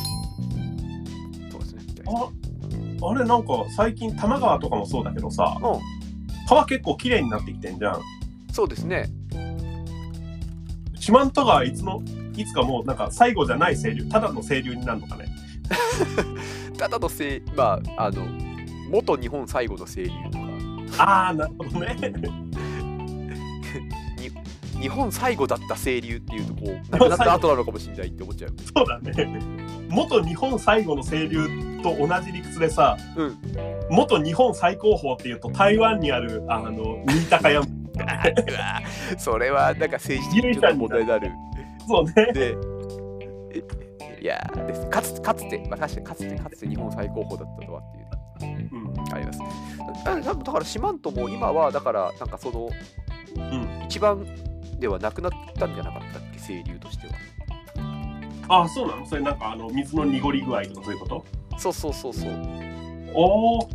[SPEAKER 1] そうですね。
[SPEAKER 2] あれなんか最近多摩川とかもそうだけどさ
[SPEAKER 1] う
[SPEAKER 2] 川結構綺麗になってきてんじゃん
[SPEAKER 1] ん、そうですね。
[SPEAKER 2] 四万十川いつのいつかもうなんか最後じゃない清流ただの清流になるのかね
[SPEAKER 1] ただのせい、まあ、あの、元日本最後の清流とか、
[SPEAKER 2] ああなるほどね
[SPEAKER 1] 日本最後だった清流っていうと、こう、なくなった後なのかもしれないって思っちゃう。
[SPEAKER 2] そうだね元日本最後の清流と同じ理屈でさ、
[SPEAKER 1] うん
[SPEAKER 2] 元日本最高峰っていうと台湾にあるあの新高山
[SPEAKER 1] それは、なんか政治的な問題になる。
[SPEAKER 2] そうね
[SPEAKER 1] で、えいやーですかつかつて、まあ、確かにかつてかつて日本最高峰だったとはっていう、
[SPEAKER 2] うん
[SPEAKER 1] あります。だだだから四万十も今はだからなんかその、
[SPEAKER 2] ん
[SPEAKER 1] 一番ではなくなったんじゃなかったっけ清流としては。
[SPEAKER 2] ああそうなのそれなんかあの水の濁り具合とかそういうこと
[SPEAKER 1] そうそうそうそう。な
[SPEAKER 2] おお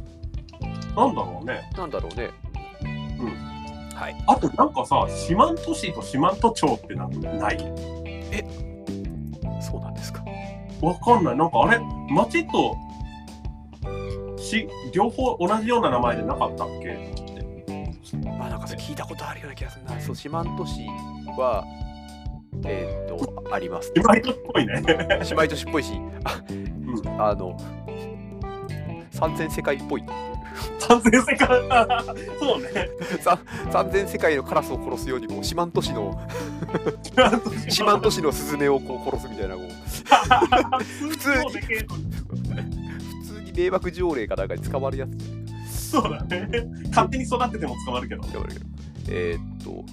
[SPEAKER 2] なんだろうね
[SPEAKER 1] んだろうね。
[SPEAKER 2] あとなんかさ四万十市と四万十町ってなんかない
[SPEAKER 1] そうなんですか。
[SPEAKER 2] わかんないなんかあれ町と市両方同じような名前でなかったっけ
[SPEAKER 1] まあなんかそれ聞いたことあるような気がするな。そう四万十市はえーっとあり ます。
[SPEAKER 2] 姉妹都っぽいね
[SPEAKER 1] 姉妹都市っぽいし、あ,、
[SPEAKER 2] ん
[SPEAKER 1] あの三千世界っぽい。
[SPEAKER 2] 完全世界 そうね
[SPEAKER 1] さ三千世界のカラスを殺すようにこう四万十市の 四万十市のスズメをこう殺すみたいなこう
[SPEAKER 2] 普
[SPEAKER 1] に普通に迷惑条例かなんかに捕まるやつじゃないか
[SPEAKER 2] そうだね勝手に育てても捕まるけど
[SPEAKER 1] 捕まるけどえー、っと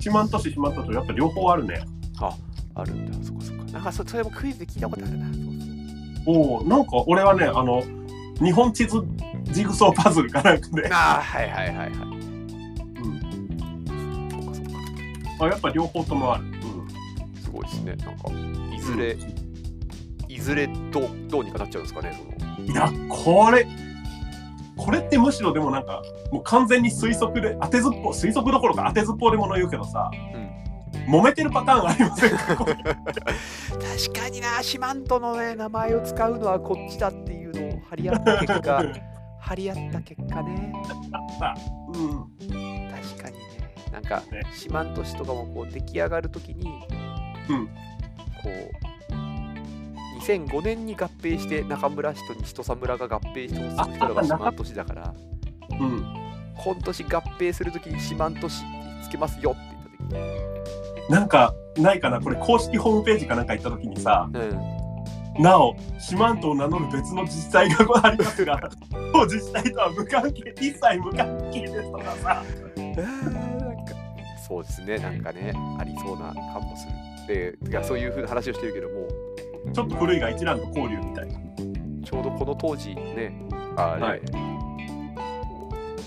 [SPEAKER 2] 四万十市四万十とやっぱ両方あるね
[SPEAKER 1] あるんだそっかそっかなんかそそれもクイズで聞いたことあるなそうそう
[SPEAKER 2] おおなんか俺はねあの日本地図ジグソーパズルかなんかで、
[SPEAKER 1] ああはいはいはいはい
[SPEAKER 2] うん
[SPEAKER 1] そっかそっか
[SPEAKER 2] あやっぱ両方ともある、
[SPEAKER 1] すごいですねなんかいずれ、いずれどうどうにかなっちゃうんですかねその
[SPEAKER 2] うんいやこれこれってむしろでもなんかもう完全に推測で当てずっぽう推測どころか当てずっぽうでもの言うけどさ、揉めてるパターンありませんか
[SPEAKER 1] 確かにな四万十のね名前を使うのはこっちだっていうのを張り合った結果張り合った結果ね
[SPEAKER 2] うん
[SPEAKER 1] 確かにねなんか
[SPEAKER 2] ね
[SPEAKER 1] 四万十市とかもこう出来上がるときに、
[SPEAKER 2] うん
[SPEAKER 1] こう2005年に合併して中村市と西土佐村が合併してほしい人が四万十市だから
[SPEAKER 2] うん
[SPEAKER 1] 今年合併するときに四万十市ってつけますよって言った
[SPEAKER 2] なんかないかなこれ公式ホームページかなんか行った時にさ
[SPEAKER 1] ときに、うん、
[SPEAKER 2] なお、四万十を名乗る別の自治体がありますが、 当自治体とは無関係、一切無関係ですとかさ、
[SPEAKER 1] なんかそうですねなんかねありそうな感もするでてかそういうふうな話をしてるけども
[SPEAKER 2] ちょっと古いが一蘭の交流みたいな。
[SPEAKER 1] ちょうどこの当時ねあれ、
[SPEAKER 2] はい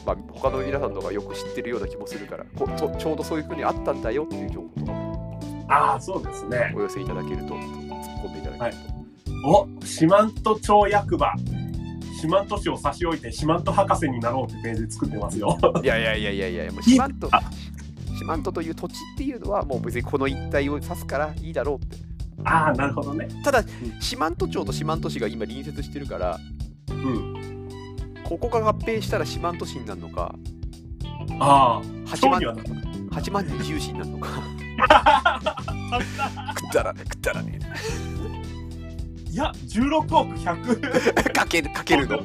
[SPEAKER 1] まあ、他の皆さんの方がよく知ってるような気もするからこちょちょうどそういうふうにあったんだよっていう情報とかも
[SPEAKER 2] ああ、そうですね。
[SPEAKER 1] お寄せいただけると突っ込んでいただけると、
[SPEAKER 2] お四万十町役場。四万十市を差し置いて四万十博士になろうってページ作ってますよ。
[SPEAKER 1] い、やいやいやいやいやもう四万十四万十という土地っていうのはもう別にこの一帯を指すからいいだろうって
[SPEAKER 2] ああ、なるほどね。
[SPEAKER 1] ただ四万十町と四万十市が今隣接してるから
[SPEAKER 2] うん。
[SPEAKER 1] ここが合併したら四万十市になるのか
[SPEAKER 2] あ
[SPEAKER 1] 八万
[SPEAKER 2] そうにはな
[SPEAKER 1] 八万人自由市になるの かくったらくったらね
[SPEAKER 2] あ、いや、十六億百。
[SPEAKER 1] かけるかけるの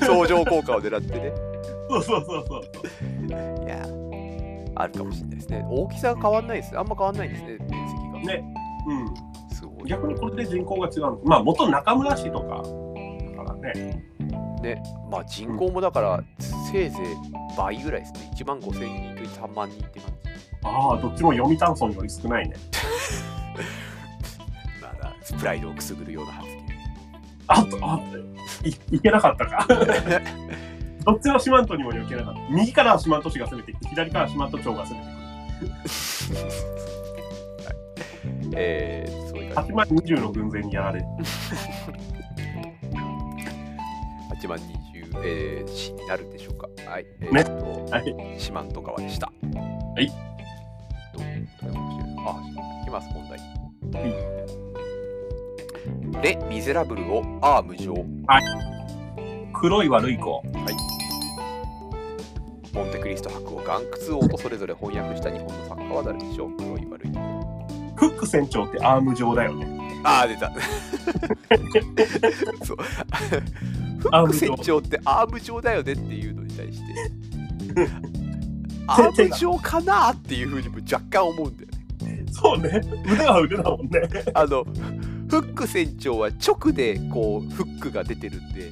[SPEAKER 1] 相乗効果を狙ってね
[SPEAKER 2] そうそうそうそう。
[SPEAKER 1] いやあるかもしれないですね大きさが変わんないですあんま変わんないですね面積が
[SPEAKER 2] ねうん。
[SPEAKER 1] すごい
[SPEAKER 2] 逆にこれで人口が違うのまあ元中村市とかだからね
[SPEAKER 1] ねまあ人口もだからせいぜい倍ぐらいですね1万5千人と3万人って感じ
[SPEAKER 2] ああどっちも読谷村より少ないね
[SPEAKER 1] まだプライドをくすぐるような発言
[SPEAKER 2] あとあといいけなかったかどっちの四万十にも行けなかった右からは四万十市が攻めてきて左からは四万十町が攻めてくる
[SPEAKER 1] えー、そういう感じ
[SPEAKER 2] 8万20の軍勢にやられ
[SPEAKER 1] 8万20、えー、市になるんでしょうかはいえ
[SPEAKER 2] ね
[SPEAKER 1] ーっと、
[SPEAKER 2] は
[SPEAKER 1] 四万十川でしたはいどうどうやってるあいきます問題
[SPEAKER 2] は
[SPEAKER 1] レ・ミゼラブルをアーム上
[SPEAKER 2] 黒い悪い子
[SPEAKER 1] モンテクリスト白を岩窟王とそれぞれ翻訳した日本の作家は誰でしょう黒い悪い
[SPEAKER 2] フック船長ってアーム状だよね
[SPEAKER 1] ああ出た そうフック船長ってアーム状だよねっていうのに対してアーム状かなっていうふうにも若干思うんだよね
[SPEAKER 2] そうね腕は腕だもんね
[SPEAKER 1] あのフック船長は直でこうフックが出てるんで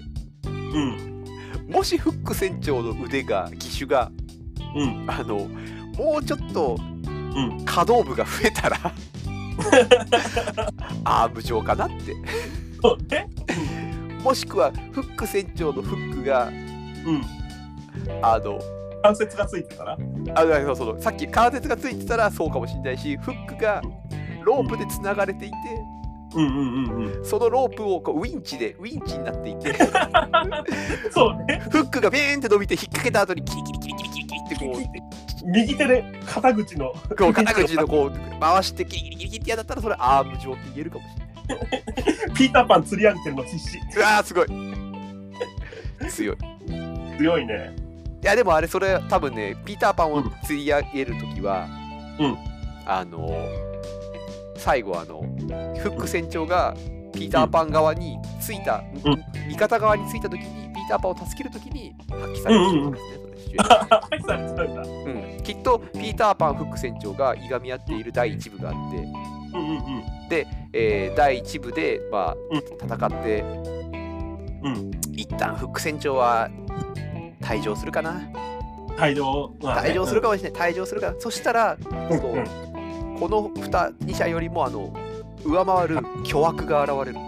[SPEAKER 2] うん
[SPEAKER 1] もしフック船長の腕が義手が
[SPEAKER 2] うん
[SPEAKER 1] あのもうちょっと
[SPEAKER 2] ん
[SPEAKER 1] 可動部が増えたら、 アーム状かなって
[SPEAKER 2] そうね
[SPEAKER 1] もしくはフック船長のフックが
[SPEAKER 2] うん
[SPEAKER 1] あの
[SPEAKER 2] 関節がついてたら
[SPEAKER 1] あだからそのさっき関節がついてたらそうかもしれないしフックがロープでつながれていて
[SPEAKER 2] うんうんうんうん
[SPEAKER 1] そのロープをこうウィンチでウィンチになっていて
[SPEAKER 2] そうね
[SPEAKER 1] フックがビーンって伸びて引っ掛けた後にキリキリキリキリキリキリってこう
[SPEAKER 2] 右手で肩口の
[SPEAKER 1] こう肩口のこう回してキリキリキリキリってやだったらそれアーム状って言えるかもしれない。
[SPEAKER 2] ピーターパン釣り上げてるの必死
[SPEAKER 1] うわーすごい強い。
[SPEAKER 2] 強いね
[SPEAKER 1] いやでもあれそれ多分ねピーターパンを釣り上げる時は、
[SPEAKER 2] うん
[SPEAKER 1] あの最後あのフック船長がピーターパン側についた、
[SPEAKER 2] うん
[SPEAKER 1] 味方側についた時にピーターパンを助ける時に発揮されるんですね、そのシチュエーション
[SPEAKER 2] ああいされちゃうんだ
[SPEAKER 1] うんきっとピーターパンフック船長がいがみ合っている第一部があって、
[SPEAKER 2] うんうん
[SPEAKER 1] えー第一部で、まあ
[SPEAKER 2] うん、
[SPEAKER 1] 戦って、
[SPEAKER 2] うん
[SPEAKER 1] 一旦フック船長は退場するかな。
[SPEAKER 2] うん退場まあね
[SPEAKER 1] 退場するかもしれない退場するかそしたら
[SPEAKER 2] うん
[SPEAKER 1] そう
[SPEAKER 2] うん
[SPEAKER 1] この 2, 二社よりもあの上回る巨悪が現れるんで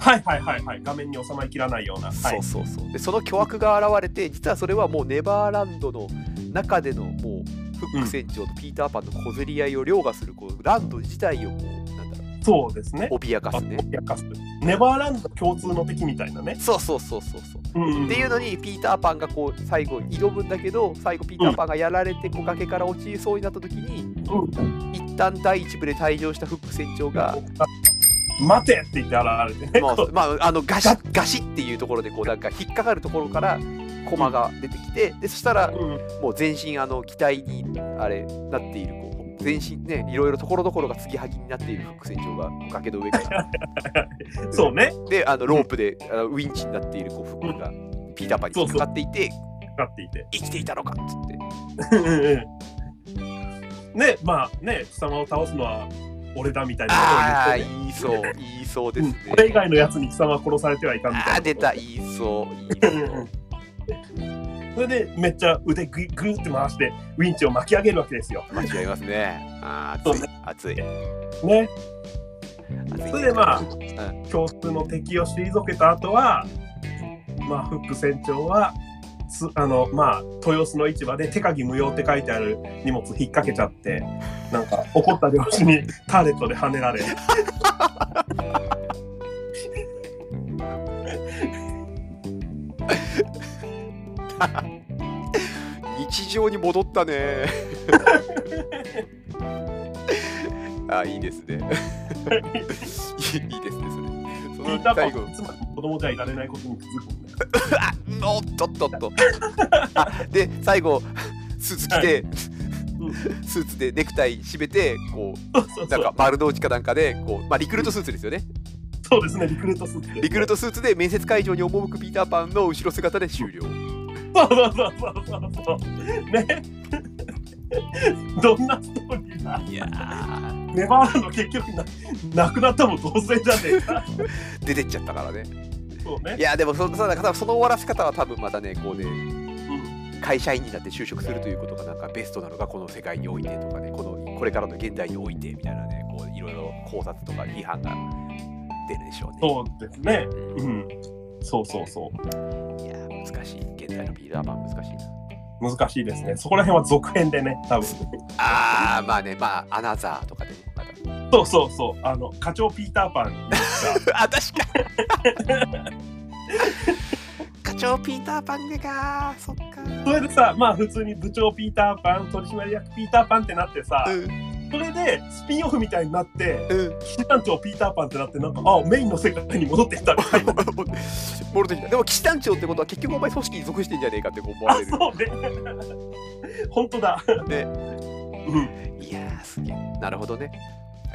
[SPEAKER 2] はいはいはいはい画面に収まりきらないような
[SPEAKER 1] す、
[SPEAKER 2] はい
[SPEAKER 1] そうそうそうでその巨悪が現れて実はそれはもうネバーランドの中でのもうフック船長とピーターパンの小競り合いを凌駕するこうランド自体をこうなんだろ
[SPEAKER 2] そうですね
[SPEAKER 1] う脅かすね
[SPEAKER 2] やかすネバーランド共通の敵みたいなね
[SPEAKER 1] そうそうそうそうそう
[SPEAKER 2] うんうん
[SPEAKER 1] っていうのにピーターパンがこう最後挑むんだけど最後ピーターパンがやられてこう崖から落ちそうになった時に
[SPEAKER 2] うん
[SPEAKER 1] 一旦第一部で退場したフック船長が
[SPEAKER 2] 待てって言って現れてね
[SPEAKER 1] まあ、まあ、あのガシガシっていうところでこうなんか引っかかるところから駒が出てきてでそしたら
[SPEAKER 2] うん
[SPEAKER 1] もう全身あの機体にあれなっているこう全身ねいろいろところどころが継ぎはぎになっているフック船長が崖の上から
[SPEAKER 2] そうね
[SPEAKER 1] であのロープであのウィンチになっているこうフックがピーターパンに引っかかっていて
[SPEAKER 2] なっていて
[SPEAKER 1] 生きていたのかっつって
[SPEAKER 2] うんうんうんねまあね貴様を倒すのは俺だみたいなことを
[SPEAKER 1] ああ
[SPEAKER 2] 言ってて
[SPEAKER 1] 言いそう言いそうですね、
[SPEAKER 2] うんこれ以外のやつに貴様は殺されてはいかんみ
[SPEAKER 1] あ
[SPEAKER 2] たい
[SPEAKER 1] あ
[SPEAKER 2] な
[SPEAKER 1] 出た言いそう言いそう
[SPEAKER 2] それでめっちゃ腕グイグーって回してウィンチを巻き上げるわけですよ。
[SPEAKER 1] 間違いますねあー熱い熱い
[SPEAKER 2] ね、
[SPEAKER 1] 熱い
[SPEAKER 2] それでまあ
[SPEAKER 1] ん
[SPEAKER 2] 共通の敵を退けた後は、まあ、フック船長はすあの、まあ、豊洲の市場で手鍵無用って書いてある荷物引っ掛けちゃってなんか怒った漁師にターレットで跳ねられ。
[SPEAKER 1] 日常に戻ったね あいいですねいいいいですねそれそ
[SPEAKER 2] 聞い
[SPEAKER 1] の
[SPEAKER 2] た
[SPEAKER 1] 最後
[SPEAKER 2] つまり子供じゃいられないことに気づくん だよ。
[SPEAKER 1] あおっとっとっ とあで最後スーツ着て、
[SPEAKER 2] うん
[SPEAKER 1] スーツでネクタイ締めてこう
[SPEAKER 2] そうそ
[SPEAKER 1] な
[SPEAKER 2] う
[SPEAKER 1] ん
[SPEAKER 2] そ
[SPEAKER 1] か
[SPEAKER 2] う
[SPEAKER 1] 丸の内かなんかでこう、まあ、リクルートスーツですよね
[SPEAKER 2] そうですね、リクルートスーツで
[SPEAKER 1] リクルートスーツで面接会場に赴くピーターパンの後ろ姿で終了
[SPEAKER 2] そうそうそうそうそうそう。ね。 どんなストーリーだ
[SPEAKER 1] いやー
[SPEAKER 2] ネバーランド結局ななくなったも同然じゃねえか。
[SPEAKER 1] 出てっちゃったからね
[SPEAKER 2] そうね
[SPEAKER 1] い。やでもそそなんか多分その終わらせ方は多分またねこうね
[SPEAKER 2] うん
[SPEAKER 1] 会社員になって就職するということがなんかベストなのがこの世界においてとかねこのこれからの現代においてみたいなねこういろいろ考察とか批判が出るでしょうね。
[SPEAKER 2] そうですね。うん。そうそう
[SPEAKER 1] い
[SPEAKER 2] そ
[SPEAKER 1] やー難しい現代のピーターパン難しいな。
[SPEAKER 2] う。難しいですね。そこら辺は続編でね、多分。
[SPEAKER 1] あーまあねまあアナザーとかで、ね、また
[SPEAKER 2] そうそうそう。あの、課長ピーターパンが。
[SPEAKER 1] あ確かに課長ピーターパンでかーそっか
[SPEAKER 2] それでさ、まあ普通に部長ピーターパン、取締役ピーターパンってなってさ、
[SPEAKER 1] うん
[SPEAKER 2] それでスピンオフみたいになって、
[SPEAKER 1] うん
[SPEAKER 2] 騎士団長ピーターパンってなって、なんか、あ、メインの世界に戻ってきたみた いな。
[SPEAKER 1] 戻ってきたでも騎士団長ってことは結局お前組織に属してんじゃねえかってこう思わ
[SPEAKER 2] あ
[SPEAKER 1] れる
[SPEAKER 2] そうね。 本当だ。
[SPEAKER 1] ね
[SPEAKER 2] うん。
[SPEAKER 1] いやーすげえなるほどね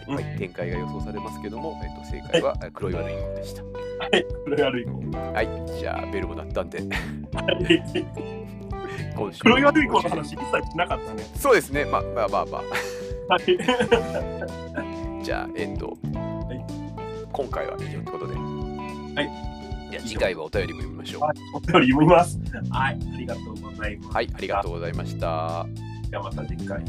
[SPEAKER 2] うん
[SPEAKER 1] はい、はい、展開が予想されますけども、えっと、正解はえ黒い悪い子でした
[SPEAKER 2] はい、これ悪い子。
[SPEAKER 1] はいじゃあベルも鳴ったんで 今週
[SPEAKER 2] 黒い悪い子の話一切しなかったね。
[SPEAKER 1] そうですねまあまあまあまあ
[SPEAKER 2] はい。
[SPEAKER 1] じゃあ、えっと、
[SPEAKER 2] い
[SPEAKER 1] 今回は以上ってことで。はい。じゃあ、次回はお便りも読みましょう。
[SPEAKER 2] はいお便り読みます。はい、ありがとうございます。
[SPEAKER 1] はい、ありがとうございました。は
[SPEAKER 2] じゃあまた次回。
[SPEAKER 1] い。